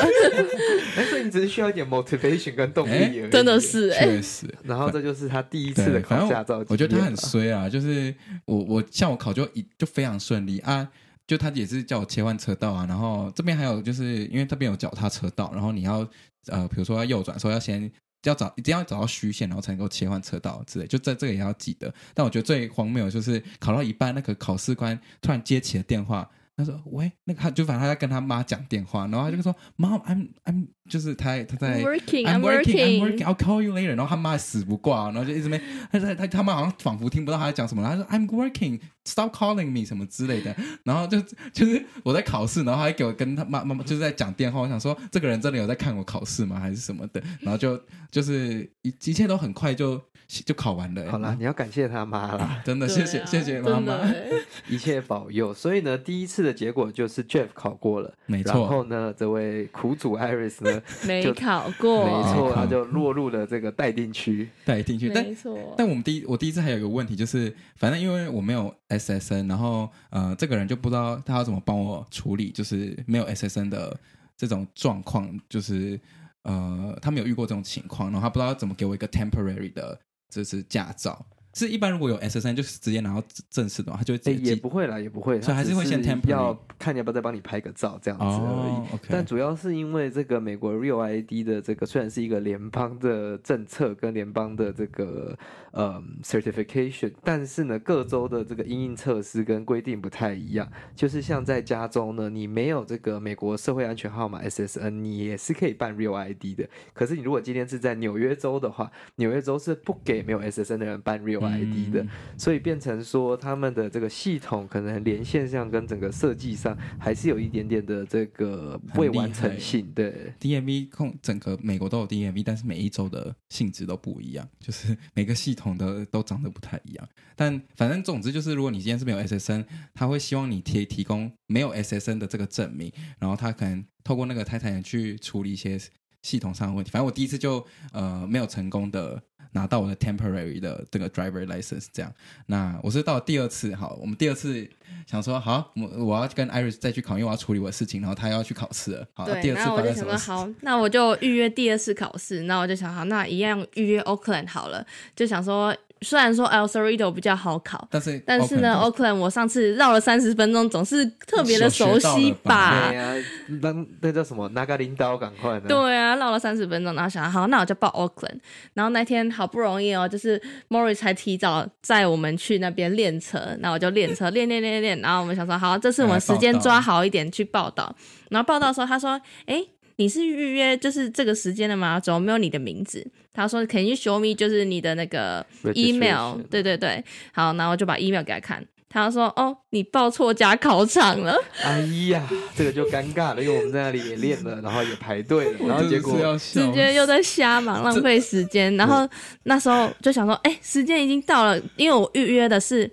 Speaker 1: 但哎是你只是需要一点 motivation 跟动力而已。
Speaker 3: 真的。 是哎、
Speaker 2: 确实，
Speaker 1: 然后这就是他第一次
Speaker 2: 对，
Speaker 1: 的
Speaker 2: 反
Speaker 1: 考
Speaker 2: 正
Speaker 1: 驾照经验了，
Speaker 2: 我觉得他很衰啊，就是我我像我考就一就非常顺利啊，就他也是叫我切换车道啊，然后这边还有就是因为这边有脚踏车道，然后你要呃比如说要右转，说要先。要找一定要找到虚线，然后才能够切换车道之类，就这这个也要记得。但我觉得最荒谬的就是考到一半，那个考试官突然接起了电话，他说：“喂，那个他就反正他在跟他妈讲电话，然后他就说：‘Mom, I'm I'm 就是他他在
Speaker 3: working,
Speaker 2: I'm working, I'm
Speaker 3: I'm
Speaker 2: working. 哦
Speaker 3: working.
Speaker 2: I'll call you later. 然后他妈死不挂，然后就一直没，他他他他妈好像仿佛听不到他在讲什么，然后他说 I'm working, stop calling me 什么之类的。然后就就是我在考试，然后还给我跟他妈妈妈就是在讲电话，我想说这个人真的有在看我考试吗，还是什么的？然后就就是一一切都很快就就考完了、
Speaker 1: 好啦，你要感谢他妈 啦，
Speaker 2: 真的
Speaker 3: 对
Speaker 2: 谢谢、
Speaker 3: 啊
Speaker 2: 谢谢妈
Speaker 3: 真的
Speaker 2: 妈，
Speaker 3: 欸
Speaker 1: 一切保佑。所以呢，第一次的结果就是 Jeff 考过了，
Speaker 2: 没
Speaker 1: 然
Speaker 2: 错，
Speaker 1: 后呢，这位苦主 Iris 呢，
Speaker 3: 没
Speaker 1: 就
Speaker 3: 考过，
Speaker 1: 没
Speaker 2: 没
Speaker 1: 错，
Speaker 2: 错
Speaker 1: 他就落入了这个待定区。哎
Speaker 2: 带进去，但
Speaker 3: 没错，
Speaker 2: 但我们第一，我第一次还有一个问题，就是反正因为我没有 SSN，然后呃，这个人就不知道他要怎么帮我处理，就是没有 SSN 的这种状况，就是呃，他没有遇过这种情况，然后他不知道怎么给我一个 temporary 的，就是驾照。是一般如果有 SSN，就是直接拿到正式的话，他就会
Speaker 1: 哎，
Speaker 2: 直接
Speaker 1: 也
Speaker 2: 寄
Speaker 1: 不会啦，也不会，
Speaker 2: 所以还
Speaker 1: 他只
Speaker 2: 是会先 temporary
Speaker 1: 要看你要不要再帮你拍个照这样子而已。
Speaker 2: 哦，OK，
Speaker 1: 但主要是因为这个美国 Real ID 的这个虽然是一个联邦的政策跟联邦的这个呃 certification，但是呢各州的这个因应测试跟规定不太一样。就是像在加州呢，你没有这个美国社会安全号码 SSN，你也是可以办 Real ID 的。可是你如果今天是在纽约州的话，纽约州是不给没有 SSN 的人办 Real ID 的。
Speaker 2: 嗯
Speaker 1: 所以变成说他们的这个系统可能连线上跟整个设计上还是有一点点的这个未完成性，对。
Speaker 2: DMV 控整个美国都有 DMV，但是每一州的性质都不一样，就是每个系统的都长得不太一样。但反正总之就是，如果你今天是没有 SSN，他会希望你提提供没有 SSN 的这个证明，然后他可能透过那个泰坦人去处理一些系统上的问题。反正我第一次就呃没有成功的拿到我的 temporary 的这个 driver license，这样。那我是到第二次，好，我们第二次想说，好，我我要跟 Iris 再去考，因为我要处理我的事情，然后他要去考试了。好，那第
Speaker 3: 对，
Speaker 2: 二次
Speaker 3: 然后我
Speaker 2: 发
Speaker 3: 就
Speaker 2: 生什
Speaker 3: 想说，
Speaker 2: 么事？
Speaker 3: 好，那我就预约第二次考试。那我就想，好，那一样预约 Oakland 好了。就想说，虽然说 El Cerrito 比较好考，
Speaker 2: 但是
Speaker 3: 但是呢
Speaker 2: Oakland
Speaker 3: ，Oakland 我上次绕了三十分钟，总是特别的熟悉
Speaker 2: 啊
Speaker 3: 吧
Speaker 1: 对？哎呀、那那叫什么？拿个领导，赶快呢！
Speaker 3: 对啊，绕了三十分钟，然后想好，那我就报 Oakland。然后那天好不容易哦，就是 Morris 还提早载我们去那边练车，那我就练车，练练练练。然后我们想说，好，这次我们时间抓好一点去报道。然后报道的时候，他说，哎。你是预约就是这个时间的吗？怎么没有你的名字？他说可以 show me 就是你的那个
Speaker 1: Registration
Speaker 3: email，对对对，好，然后我就把 email 给他看，他说哦，你报错家考场了，
Speaker 1: 哎呀，这个就尴尬了，因为我们在那里也练了，然后也排队了，然后结果
Speaker 2: 直
Speaker 3: 直接又在瞎忙，浪费时间。然后那时候就想说，哎、时间已经到了，因为我预约的是，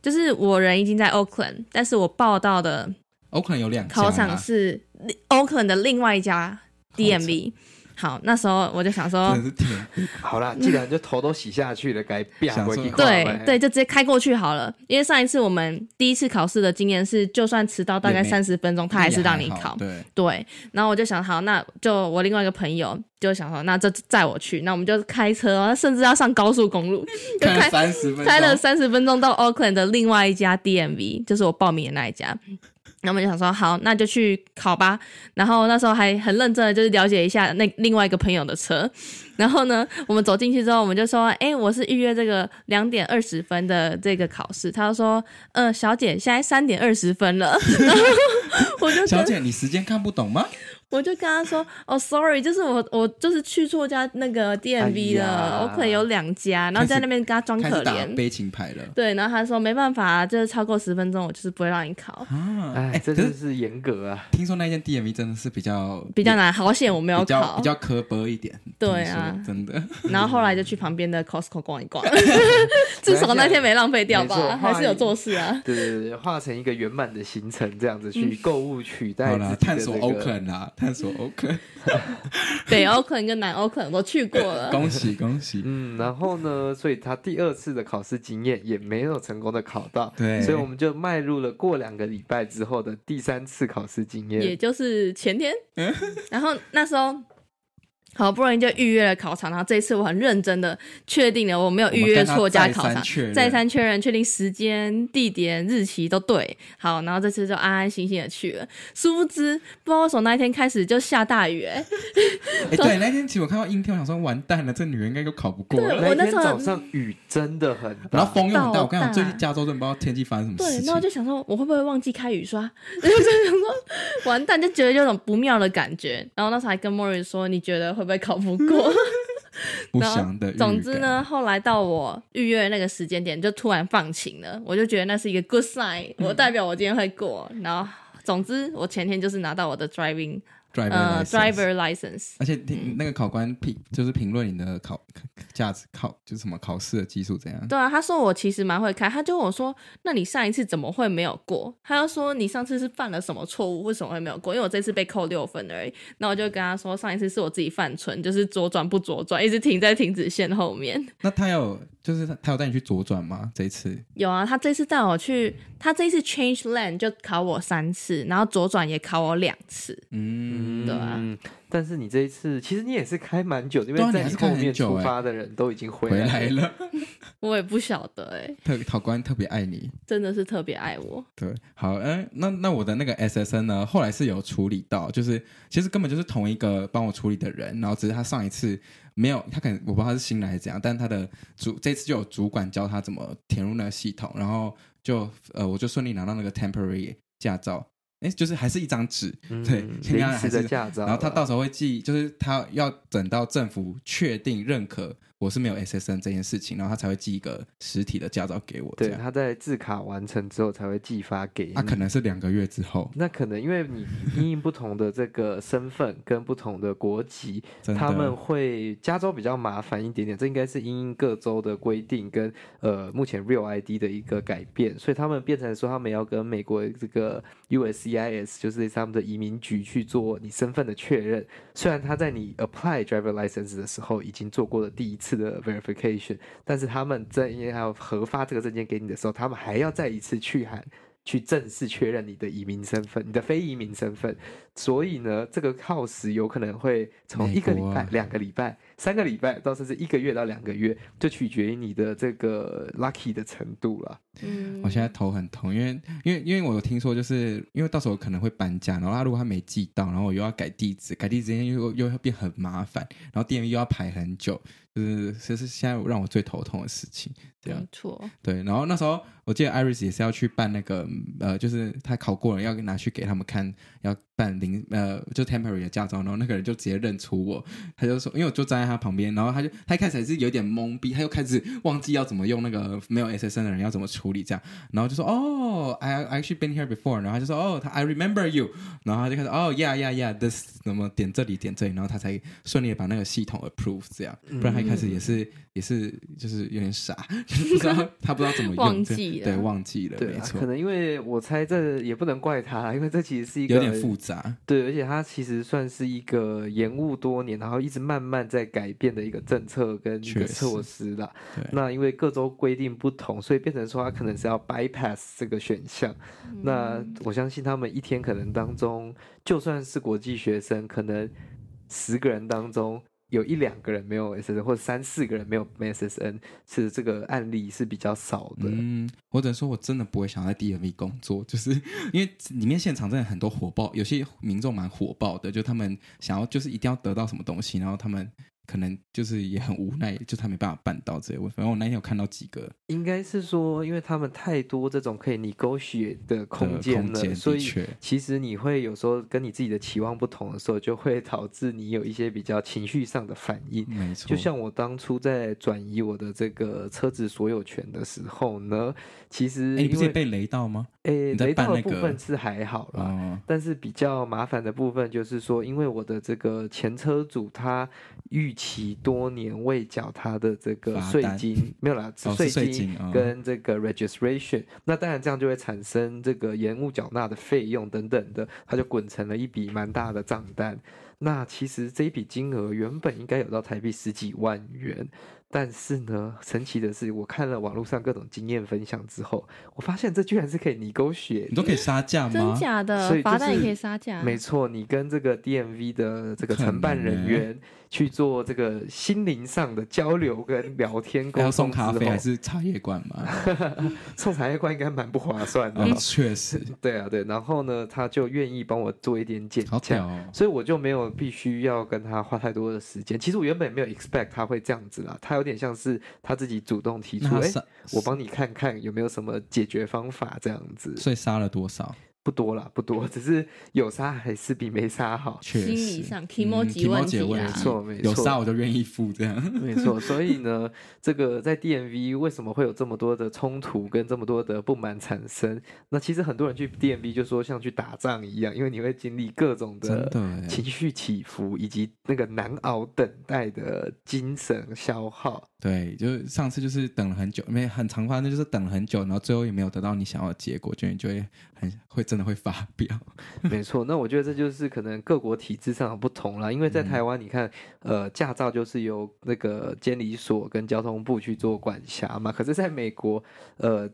Speaker 3: 就是我人已经在 Oakland，但是我报到的
Speaker 2: Oakland 有两啊家
Speaker 3: 考
Speaker 2: 啦
Speaker 3: 场是 Oakland 的另外一家 DMV。好，那时候我就想说
Speaker 2: 真的，是甜，
Speaker 1: 好啦，既然就头都洗下去了，该变
Speaker 2: 想
Speaker 1: 回
Speaker 2: 说
Speaker 1: 去看呗
Speaker 2: 欸
Speaker 3: 对对，就直接开过去好了。因为上一次我们第一次考试的经验是，就算迟到大概
Speaker 2: 也没
Speaker 3: 三十分钟，他还是让你
Speaker 2: 也还好
Speaker 3: 考。
Speaker 2: 对，
Speaker 3: 对，然后我就想，好，那就我另外一个朋友就想说，那这载我去，那我们就开车哦，甚至要上高速公 路，就
Speaker 2: 看了
Speaker 3: 开
Speaker 2: 三十分钟，
Speaker 3: 开了三十分钟到 Auckland 的另外一家 DMV，就是我报名的那一家。然后我们就想说，好，那就去考吧。然后那时候还很认真的，就是了解一下那另外一个朋友的车。然后呢，我们走进去之后，我们就说，哎，我是预约这个两点二十分的这个考试。他就说，嗯、 小姐，现在三点二十分了。然后我就觉
Speaker 2: 小
Speaker 3: 得。
Speaker 2: 姐，你时间看不懂吗？
Speaker 3: 我就跟他说：“哦，sorry，就是我我就是去错家那个 DMV
Speaker 1: 哎
Speaker 3: 了，
Speaker 1: 呀
Speaker 3: 我可能有两家，然后在那边跟他装
Speaker 2: 开
Speaker 3: 可
Speaker 2: 始打
Speaker 3: 怜。
Speaker 2: 悲情牌了”
Speaker 3: 对，然后他说没办法，就是超过十分钟，我就是不会让你考，
Speaker 2: 啊！
Speaker 1: 哎，
Speaker 2: 可
Speaker 1: 真
Speaker 2: 是
Speaker 1: 的是严格啊！
Speaker 2: 听说那间 DMV 真的是比较
Speaker 3: 比较难。好险我没有
Speaker 2: 比较
Speaker 3: 考
Speaker 2: 比。较磕巴一点。
Speaker 3: 对啊
Speaker 2: 听说真 的。
Speaker 3: 然后后来就去旁边的 Costco 逛 一逛，至少那天没浪费掉
Speaker 1: 没错
Speaker 3: 吧，还是有做事啊。
Speaker 1: 对对对，化成一个圆满的行程，这样子去购物取代
Speaker 2: 嗯好
Speaker 1: 自己
Speaker 2: 啦，
Speaker 1: 的
Speaker 2: 探索
Speaker 1: 这个
Speaker 2: Oakland 啦，探索 Oakland，
Speaker 3: 北欧可能跟南欧可能都去过了，
Speaker 2: 恭喜恭喜！
Speaker 1: 嗯，然后呢，所以他第二次的考试经验也没有成功的考到，
Speaker 2: 对
Speaker 1: 所以我们就迈入了过两个礼拜之后的第三次考试经
Speaker 3: 也
Speaker 1: 验。
Speaker 3: 就是前天。
Speaker 2: 嗯
Speaker 3: 然后那时候好不容易就预约了考场，然后这一次我很认真的确定了我没有预约错家考
Speaker 2: 我们跟他再
Speaker 3: 场
Speaker 2: 三确认，
Speaker 3: 再三确认确定时间、地点、日期都对。好，然后这次就安安心心的去了。殊不知，不知道为什么那一天开始就下大雨、欸，
Speaker 2: 哎，对，那天其实我看到阴天，我想说完蛋了，这女人应该都考不过
Speaker 3: 对
Speaker 2: 了。
Speaker 3: 我
Speaker 1: 那
Speaker 3: 那
Speaker 1: 天
Speaker 3: 时候
Speaker 1: 早上雨真的很大，
Speaker 2: 然后风又很大，
Speaker 3: 到
Speaker 2: 我跟你讲，
Speaker 3: 大
Speaker 2: 最近加州真的不知道天气发生什么
Speaker 3: 对
Speaker 2: 事，
Speaker 3: 那我
Speaker 2: 情
Speaker 3: 就。想说，我会不会忘记开雨刷？ 然后就想说，完蛋，就觉得有种不妙的感觉。然后那时候还跟莫瑞说，你觉得会不会考不过？
Speaker 2: 不
Speaker 3: 然后
Speaker 2: 祥的预
Speaker 3: 总之
Speaker 2: 感，
Speaker 3: 呢，后来到我预约的那个时间点，就突然放晴了，我就觉得那是一个 good sign，我
Speaker 2: 嗯
Speaker 3: 代表我今天会过。然后，总之我前天就是拿到我的 driving
Speaker 2: driver
Speaker 3: 呃
Speaker 2: license
Speaker 3: driver 嗯 license，
Speaker 2: 而且听那个考官评就是评论你的考价值考就是什么考试的技术怎样？
Speaker 3: 对啊，他说我其实蛮会开，他就问我说：“那你上一次怎么会没有过？”他就说：“你上次是犯了什么错误？为什么会没有过？”因为我这次被扣六分而已。那我就跟他说：“上一次是我自己犯蠢，就是左转不左转，一直停在停止线后面。
Speaker 2: 那他有就是他他有带你去左转吗？这一次”
Speaker 3: 有啊，他这次带我去，他这次 change lane 就考我三次，然后左转也考我两次。
Speaker 2: 嗯，
Speaker 3: 对啊
Speaker 1: 嗯，但是你这一次其实你也是开蛮久的，因
Speaker 2: 对啊
Speaker 1: 为
Speaker 2: 你
Speaker 1: 在
Speaker 2: 还
Speaker 1: 你
Speaker 2: 是
Speaker 1: 后
Speaker 2: 开很
Speaker 1: 面
Speaker 2: 久
Speaker 1: 出
Speaker 2: 欸
Speaker 1: 发的人都已经回
Speaker 2: 回
Speaker 1: 来
Speaker 2: 来
Speaker 1: 了。
Speaker 2: 了，
Speaker 3: 我也不晓得哎、
Speaker 2: 特考官特别爱你。
Speaker 3: 真的是特别爱我。
Speaker 2: 对，好，嗯、那那我的那个 SSN 呢，后来是有处理到，就是其实根本就是同一个帮我处理的人，然后只是他上一次没有，他可能我不知道他是新来还是怎样，但他的主这次就有主管教他怎么填入那个系统，然后就呃我就顺利拿到那个 temporary 驾照，哎，就是还是一张纸，
Speaker 1: 嗯
Speaker 2: 对，现在
Speaker 1: 临
Speaker 2: 还
Speaker 1: 时
Speaker 2: 是
Speaker 1: 的驾照啊，
Speaker 2: 然后他到时候会寄，就是他要等到政府确定认可我是没有 SSN 这件事情，然后他才会寄一个实体的驾照给我。
Speaker 1: 对
Speaker 2: 这样，啊
Speaker 1: 他在制卡完成之后才会寄发给你。
Speaker 2: 他、可能是两个月之后，
Speaker 1: 那可能因为你因应不同的这个身份跟不同的国籍，
Speaker 2: 真的
Speaker 1: 他们会加州比较麻烦一点点，这应该是因应各州的规定跟呃目前 Real ID 的一个改变，所以他们变成说他们要跟美国这个 USCIS 就是他们的移民局去做你身份的确认。虽然他在你 apply driver license 的时候已经做过了第一次的 verification，但是他们在因为还有核发这个证件给你的时候，他们还要再一次去函。去正式确认你的移民身份，你的非移民身份，所以呢，这个耗时有可能会从
Speaker 2: 美
Speaker 1: 一个礼
Speaker 2: 国啊
Speaker 1: 拜、两个礼拜、三个礼拜，到甚至一个月到两个月，就取决于你的这个 lucky 的程度了。
Speaker 3: 嗯，
Speaker 2: 我现在头很痛，因为因为因为我有听说，就是因为到时候可能会搬家，然后他如果他没寄到，然后我又要改地址，改地址又又又要变很麻烦，然后店员又要排很久，就是这是现在让我最头痛的事情。这样
Speaker 3: 没错，
Speaker 2: 对，然后那时候我记得 Iris 也是要去办那个呃，就是他考过了，要拿去给他们看，要办临呃就 temporary 的驾照，然后那个人就直接认出我，他就说，因为我就站在他旁边，然后他就他一开始还是有点懵逼，他又开始忘记要怎么用那个没有 SSN 的人要怎么处理这样，然后就说哦，I I actually been here before，然后他就说哦，他 I remember you，然后他就开始哦，yeah yeah yeah，this 什么点这里点这里，然后他才顺利的把那个系统 approve 这样，不然他一开始也是、也是就是有点傻，不知道他不知道怎么用，
Speaker 3: 忘记了
Speaker 2: 对，忘记了，
Speaker 1: 对
Speaker 2: 没
Speaker 1: 啊，
Speaker 2: 错
Speaker 1: 可，能因为我猜这也不能怪他啦，因为这其实是一个
Speaker 2: 有点复杂，
Speaker 1: 对，而且它其实算是一个延误多年，然后一直慢慢在改变的一个政策跟一
Speaker 2: 确
Speaker 1: 个
Speaker 2: 实
Speaker 1: 措施啦
Speaker 2: 对。
Speaker 1: 那因为各州规定不同，所以变成说它可能是要 bypass 这个选项。
Speaker 3: 嗯
Speaker 1: 那我相信他们一天可能当中，就算是国际学生，可能十个人当中。有一两个人没有 SSN，或者三四个人没有没 SSN，是这个案例是比较少的。
Speaker 2: 嗯，我只能说我真的不会想要在 DMV 工作，就是因为里面现场真的很多火爆，有些民众蛮火爆的，就他们想要就是一定要得到什么东西，然后他们可能就是也很无奈，就他没办法办到这些问题。反正我那天有看到几个，
Speaker 1: 应该是说，因为他们太多这种可以 negotiate 的空间
Speaker 2: 空
Speaker 1: 了，
Speaker 2: 间
Speaker 1: 所
Speaker 2: 的
Speaker 1: 以
Speaker 2: 确
Speaker 1: 其实你会有时候跟你自己的期望不同的时候，就会导致你有一些比较情绪上的反应。
Speaker 2: 没
Speaker 1: 嗯
Speaker 2: 错，
Speaker 1: 就像我当初在转移我的这个车子所有权的时候呢，其实
Speaker 2: 哎，你不
Speaker 1: 因
Speaker 2: 是
Speaker 1: 为啊
Speaker 2: 也被雷到吗？
Speaker 1: 诶、
Speaker 2: 你在
Speaker 1: 雷
Speaker 2: 办
Speaker 1: 到的
Speaker 2: 那
Speaker 1: 部
Speaker 2: 个
Speaker 1: 分是还好啦，
Speaker 2: 哦，
Speaker 1: 但是比较麻烦的部分就是说，因为我的这个前车主他逾期多年未缴他的这个
Speaker 2: 罚
Speaker 1: 税
Speaker 2: 单
Speaker 1: 金，没有啦，
Speaker 2: 哦是
Speaker 1: 税
Speaker 2: 税
Speaker 1: 金
Speaker 2: 金哦
Speaker 1: 跟这个 registration，、那当然这样就会产生这个延误缴纳的费用等等的，它就滚成了一笔蛮大的账单。那其实这一笔金额原本应该有到台币十几万元，但是呢，神奇的是，我看了网络上各种经验分享之后，我发现这居然是可以你勾血
Speaker 2: 你都可以杀价
Speaker 3: 真
Speaker 2: 吗？
Speaker 1: 所
Speaker 3: 假
Speaker 1: 以
Speaker 3: 的
Speaker 1: 就
Speaker 3: 罚单也
Speaker 1: 是
Speaker 3: 可以杀价，啊
Speaker 1: 没错，你跟这个 DMV 的这个
Speaker 2: 可
Speaker 1: 承办
Speaker 2: 能
Speaker 1: 人
Speaker 2: 欸
Speaker 1: 员去做这个心灵上的交流跟聊天沟
Speaker 2: 还要
Speaker 1: 通
Speaker 2: 送咖
Speaker 1: 之
Speaker 2: 啡
Speaker 1: 后
Speaker 2: 还是茶叶罐吗？
Speaker 1: 送茶叶罐应该蛮不划算的
Speaker 2: 啊
Speaker 1: 哦、，
Speaker 2: 确实，
Speaker 1: 对啊，对，然后呢，他就愿意帮我做一点减
Speaker 2: 好
Speaker 1: 价
Speaker 2: 屌，哦！
Speaker 1: 所以我就没有必须要跟他花太多的时间。其实我原本没有 expect 他会这样子啦，他有点像是他自己主动提出，
Speaker 2: 那他
Speaker 1: 哎、
Speaker 2: 杀，
Speaker 1: 我帮你看看有没有什么解决方法这样子。
Speaker 2: 所以杀了多少？
Speaker 1: 不多啦，不多，只是有杀还是比没杀好。
Speaker 2: 确实，
Speaker 3: 心理上
Speaker 2: 嗯
Speaker 3: emoji 问题啊
Speaker 2: ，emoji 问
Speaker 3: 啦
Speaker 2: 题
Speaker 1: 没错没
Speaker 2: 有
Speaker 1: 错
Speaker 2: 杀我就愿意付这样。
Speaker 1: 没错，所以呢，这个在 DMV 为什么会有这么多的冲突跟这么多的不满产生？那其实很多人去 DMV 就说像去打仗一样，因为你会经历各种
Speaker 2: 真
Speaker 1: 的
Speaker 2: 的欸
Speaker 1: 情绪起伏，以及那个难熬等待的精神消耗。
Speaker 2: 对，就是上次就是等了很久，没很常发生，就是等了很久，然后最后也没有得到你想要的结果，就你就会很会真的会发 飙。
Speaker 1: 没错，那我觉得这就是可能各国体制上的不同啦。因
Speaker 2: 嗯
Speaker 1: 为在台湾，你看，呃，驾照就是由那个监理所跟交通部去做管辖嘛。可是，在美国，呃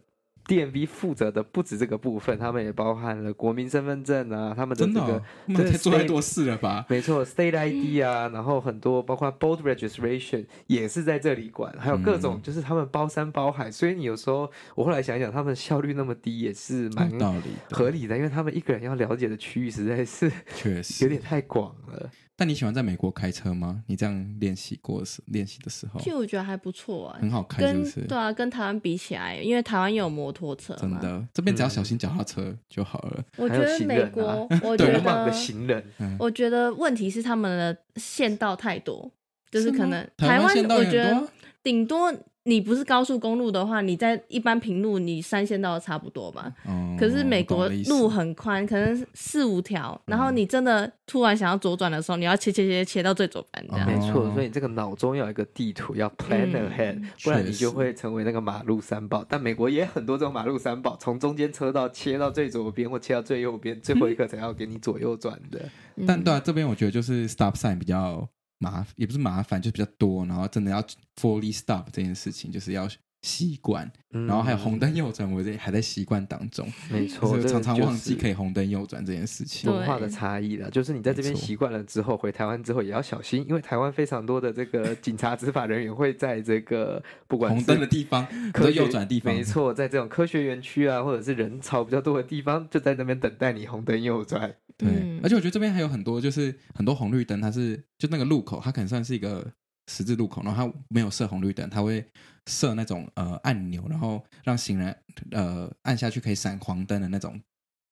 Speaker 1: ，DMV 负责的不止这个部分，他们也包含了国民身份证啊，他们的
Speaker 2: 真
Speaker 1: 这
Speaker 2: 的、
Speaker 1: 个
Speaker 2: 哦，他们太
Speaker 1: 这是
Speaker 2: 做太多事了吧？
Speaker 1: 没错，State ID 啊，然后很多包括 Boat Registration 也是在这里管，还有各种
Speaker 2: 嗯
Speaker 1: 就是他们包山包海，所以你有时候我后来想一想，他们效率那么低也是蛮
Speaker 2: 有道理的，哦
Speaker 1: 合理的，因为他们一个人要了解的区域实在是
Speaker 2: 确实
Speaker 1: 有点。太广了。
Speaker 2: 但你喜欢在美国开车吗？你这样练习过的时练习的时候
Speaker 3: 其，实我觉得还不错啊，
Speaker 2: 很好开，是
Speaker 3: 跟
Speaker 2: 不嗯是？
Speaker 3: 对啊，跟台湾比起来，因为台湾有摩托车
Speaker 2: 真
Speaker 3: 嘛，
Speaker 2: 的，这边只要小心脚踏车就好了。嗯
Speaker 3: 我觉
Speaker 1: 还有
Speaker 3: 得
Speaker 1: 行
Speaker 3: 美
Speaker 1: 人啊
Speaker 3: 国， 我觉
Speaker 1: 流
Speaker 2: 对
Speaker 1: 氓的
Speaker 3: 得
Speaker 1: 行人，
Speaker 3: 我觉得问题是他们的县道太多，就是可能
Speaker 2: 嗯台
Speaker 3: 湾
Speaker 2: 县道
Speaker 3: 我
Speaker 2: 也
Speaker 3: 觉
Speaker 2: 很多
Speaker 3: 得
Speaker 2: 啊，
Speaker 3: 顶多你不是高速公路的话，你在一般平路你三线道差不多吧。
Speaker 2: 哦
Speaker 3: 可是美
Speaker 2: 我
Speaker 3: 国
Speaker 2: 懂你的意思嗯
Speaker 3: 路很宽，可能四五条，然后你真的突然想要左转的时候，你要切切切切到最左边这样。
Speaker 1: 没错
Speaker 2: 哦，
Speaker 1: 所以你这个脑中要有一个地图，要 plan
Speaker 3: 嗯
Speaker 1: ahead，、不然
Speaker 2: 确
Speaker 1: 你就
Speaker 2: 实
Speaker 1: 会成为那个马路三宝。但美国也很多这种马路三宝，从中间车道切到最左边或切到最右边，最后一个才要给你左右转的。
Speaker 3: 嗯
Speaker 2: 但对啊，这边我觉得就是 stop sign 比较麻，也不是麻烦，就是比较多，然后真的要 fully stop 这件事情，就是要习惯。
Speaker 1: 嗯哦
Speaker 2: 然后还有红，灯右转，我这还在习惯当中，
Speaker 1: 没
Speaker 2: 就
Speaker 1: 错，
Speaker 2: 是常常忘记可
Speaker 1: 以。
Speaker 2: 以红灯右转这件事情。
Speaker 1: 文化的
Speaker 3: 对
Speaker 1: 差异了，就是你在这边
Speaker 2: 没错
Speaker 1: 习惯了之后，回台湾之后也要小心，因为台湾非常多的这个警察执法人员会在这个不管
Speaker 2: 红
Speaker 1: 是
Speaker 2: 灯的地方，
Speaker 1: 科
Speaker 2: 和
Speaker 1: 学
Speaker 2: 右转的地方，
Speaker 1: 没错，在这种科学园区啊，或者是人潮比较多的地方，就在那边等待你红灯右转。
Speaker 2: 对，
Speaker 3: 嗯
Speaker 2: 而且我觉得这边还有很多，就是很多红绿灯，它是就那个路口，它可能算是一个十字路口，然后它没有设红绿灯，它会设那种呃按钮，然后让行人呃按下去可以闪黄灯的那种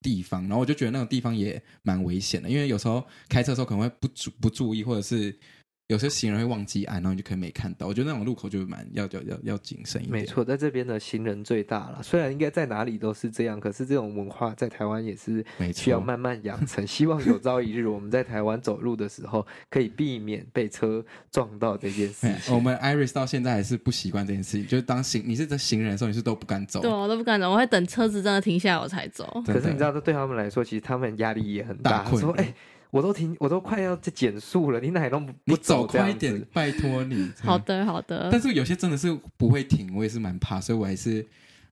Speaker 2: 地方。然后我就觉得那种地方也蛮危险的，因为有时候开车的时候可能会不注不注意，或者是。有些行人会忘记按，哎然后你就可能没看到。我觉得那种路口就蛮要要要要谨慎一点。
Speaker 1: 没，错，在这边的行人最大了。虽然应该在哪里都是这样，可是这种文化在台湾也是
Speaker 2: 没错
Speaker 1: 需要慢慢养成。希望有朝一日我们在台湾走路的时候，可以避免被车撞到这件事
Speaker 2: 哎
Speaker 1: 情。
Speaker 2: 我们 Iris 到现在还是不习惯这件事情，就是当行你是在行人的时候，你是都不敢走。
Speaker 3: 对啊，我都不敢走，我会等车子真的停下来我才走。
Speaker 1: 可
Speaker 2: 真的哎
Speaker 1: 是你知道，这对他们来说，其实他们压力也很大。
Speaker 2: 大困
Speaker 1: 说：“
Speaker 2: 扰
Speaker 1: 哎、我都停，我都快要在减速了，你哪里都不
Speaker 2: 你
Speaker 1: 不
Speaker 2: 走
Speaker 1: 这样
Speaker 2: 快一点
Speaker 1: 子，
Speaker 2: 拜托你。
Speaker 3: 好
Speaker 2: 嗯
Speaker 3: 的，好的。
Speaker 2: 但是有些真的是不会停，我也是蛮怕，所以我还是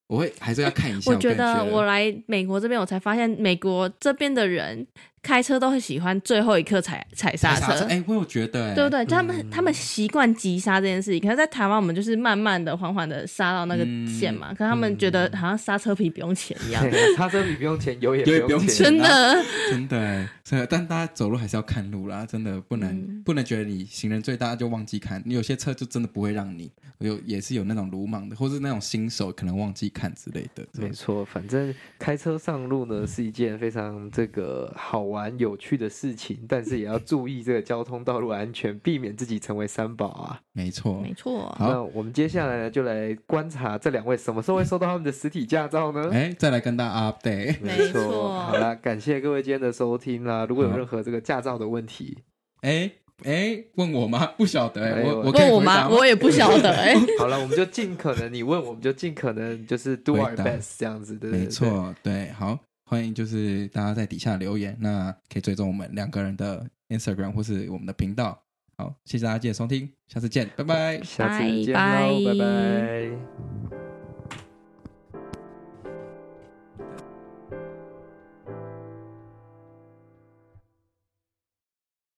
Speaker 2: 我会还是要看一下。
Speaker 3: 我
Speaker 2: 个
Speaker 3: 觉
Speaker 2: 人觉
Speaker 3: 得我来美国这边，我才发现美国这边的人开车都会喜欢最后一刻踩踩刹
Speaker 2: 踩
Speaker 3: 车，
Speaker 2: 哎，我有觉得，哎
Speaker 3: 对不？对？就他们、他们习惯急刹这件事情，可是，在台湾我们就是慢慢的、缓缓的刹到那个线
Speaker 2: 嗯
Speaker 3: 嘛，可是他们觉得好像刹车皮不用钱一 样，
Speaker 1: 对刹车皮不用钱，油也
Speaker 2: 油也
Speaker 1: 不
Speaker 2: 不用钱
Speaker 1: 钱。
Speaker 3: 真的。
Speaker 2: 真的哎，所以但大家走路还是要看路啦，真的不能、不能觉得你行人最大就忘记看，你有些车就真的不会让你有，也是有那种鲁莽的，或是那种新手可能忘记看之类的。
Speaker 1: 没错，反正开车上路呢是一件非常这个好玩有趣的事情，但是也要注意这个交通道路安全，避免自己成为三宝啊。
Speaker 2: 没错
Speaker 3: 没，错，
Speaker 2: 好
Speaker 1: 那我们接下来呢，就来观察这两位什么时候会收到他们的实体驾照呢？
Speaker 2: 哎，再来跟大家 update。
Speaker 3: 没错
Speaker 1: 好啦，感谢各位今天的收听啦。如果有
Speaker 2: 好
Speaker 1: 任何这个驾照的问题，
Speaker 2: 哎哎，问我吗？不晓得哎，
Speaker 1: 哎
Speaker 2: 我
Speaker 1: 我
Speaker 2: 可以
Speaker 3: 问我
Speaker 2: 回答
Speaker 3: 妈，我也不晓得哎、
Speaker 1: 好了，我们就尽可能你问，我们就尽可能就是 do
Speaker 2: 回
Speaker 1: our
Speaker 2: 答
Speaker 1: best 这样子，对对对
Speaker 2: 没，错，对，好，欢迎就是大家在底下留言，那可以追踪我们两个人的 Instagram 或是我们的频道。好，谢谢大家今天的收听，下次见，拜拜。
Speaker 1: 下次见喽，
Speaker 3: 拜
Speaker 1: 拜拜